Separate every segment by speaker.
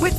Speaker 1: With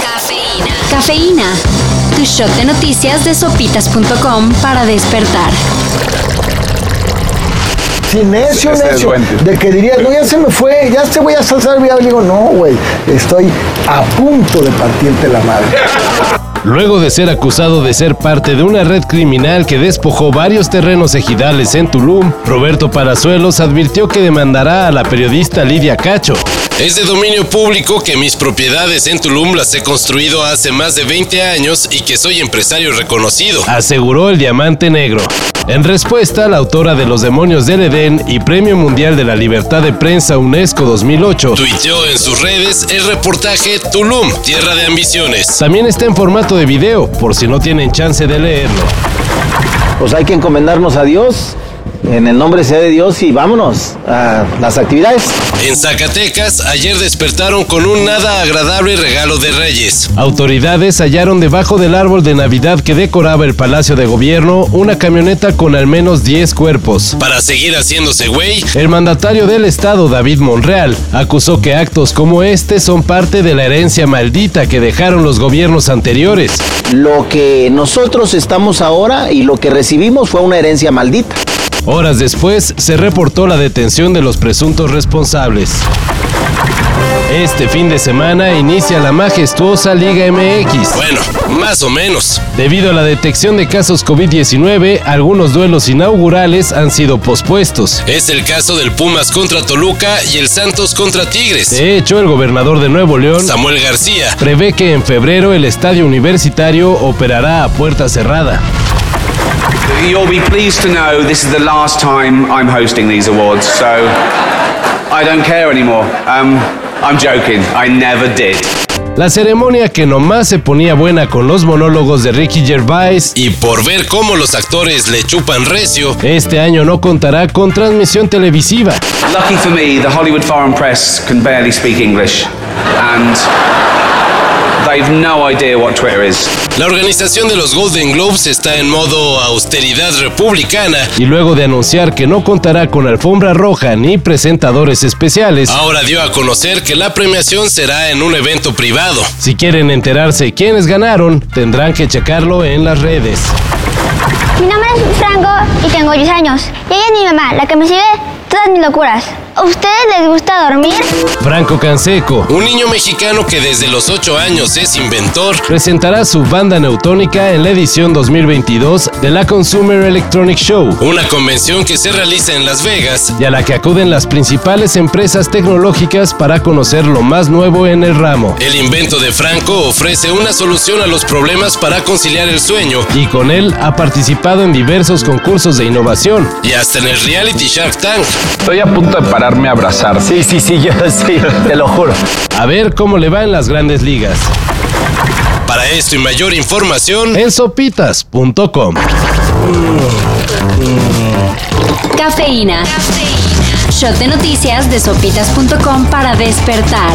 Speaker 2: Cafeína. Cafeína. Tu shot de noticias de sopitas.com para despertar.
Speaker 3: Si necio,
Speaker 4: Este
Speaker 3: necio.
Speaker 4: duende.
Speaker 3: De que dirías, no, ya se me fue, ya este voy a saltar viable. Digo, no, güey, estoy a punto de partirte la madre.
Speaker 5: Luego de ser acusado de ser parte de una red criminal que despojó varios terrenos ejidales en Tulum, Roberto Parazuelos advirtió que demandará a la periodista Lidia Cacho. Es de dominio público que mis propiedades en Tulum las he construido hace más de 20 años y que soy empresario reconocido, aseguró el Diamante Negro. En respuesta, la autora de Los Demonios del Edén y Premio Mundial de la Libertad de Prensa UNESCO 2008 tuiteó en sus redes el reportaje Tulum, Tierra de Ambiciones. También está en formato de video, por si no tienen chance de leerlo.
Speaker 6: pues hay que encomendarnos a Dios, en el nombre sea de Dios y vámonos a las actividades.
Speaker 5: En Zacatecas, ayer despertaron con un nada agradable regalo de Reyes. Autoridades hallaron debajo del árbol de Navidad que decoraba el Palacio de Gobierno una camioneta con al menos 10 cuerpos. Para seguir haciéndose güey, el mandatario del Estado, David Monreal, acusó que actos como este son parte de la herencia maldita que dejaron los gobiernos anteriores.
Speaker 6: Lo que nosotros estamos ahora y lo que recibimos fue una herencia maldita.
Speaker 5: Horas después se reportó la detención de los presuntos responsables. Este fin de semana inicia la majestuosa Liga MX. Bueno, más o menos. Debido a la detección de casos COVID-19, algunos duelos inaugurales han sido pospuestos. Es el caso del Pumas contra Toluca y el Santos contra Tigres. De hecho, el gobernador de Nuevo León, Samuel García, prevé que en febrero el estadio universitario operará a puerta cerrada.
Speaker 4: You'll be pleased to know this is the last time I'm hosting these awards, so I don't care anymore. Um, I'm joking, I never did.
Speaker 5: La ceremonia que nomás se ponía buena con los monólogos de Ricky Gervais y por ver cómo los actores le chupan recio, este año no contará con transmisión televisiva.
Speaker 4: Lucky for me, the Hollywood Foreign Press can barely speak English, and they've no idea what Twitter is.
Speaker 5: La organización de los Golden Globes está en modo austeridad republicana y luego de anunciar que no contará con alfombra roja ni presentadores especiales, ahora dio a conocer que la premiación será en un evento privado. Si quieren enterarse quiénes ganaron, tendrán que checarlo en las redes.
Speaker 7: Mi nombre es Franco y tengo 10 años. Y ella es mi mamá, la que me sigue todas mis locuras. ¿A ustedes les gusta dormir?
Speaker 5: Franco Canseco, un niño mexicano que desde los 8 años es inventor, presentará su banda neutónica en la edición 2022 de la Consumer Electronic Show, una convención que se realiza en Las Vegas y a la que acuden las principales empresas tecnológicas para conocer lo más nuevo en el ramo. El invento de Franco ofrece una solución a los problemas para conciliar el sueño y con él ha participado en diversos concursos de innovación y hasta en el reality Shark Tank.
Speaker 4: Estoy a punto de pararme a abrazar.
Speaker 6: Sí, sí, sí, yo sí, te lo juro.
Speaker 5: A ver cómo le va en las grandes ligas. Para esto y mayor información en sopitas.com.
Speaker 2: Cafeína. Shot de noticias de sopitas.com para despertar.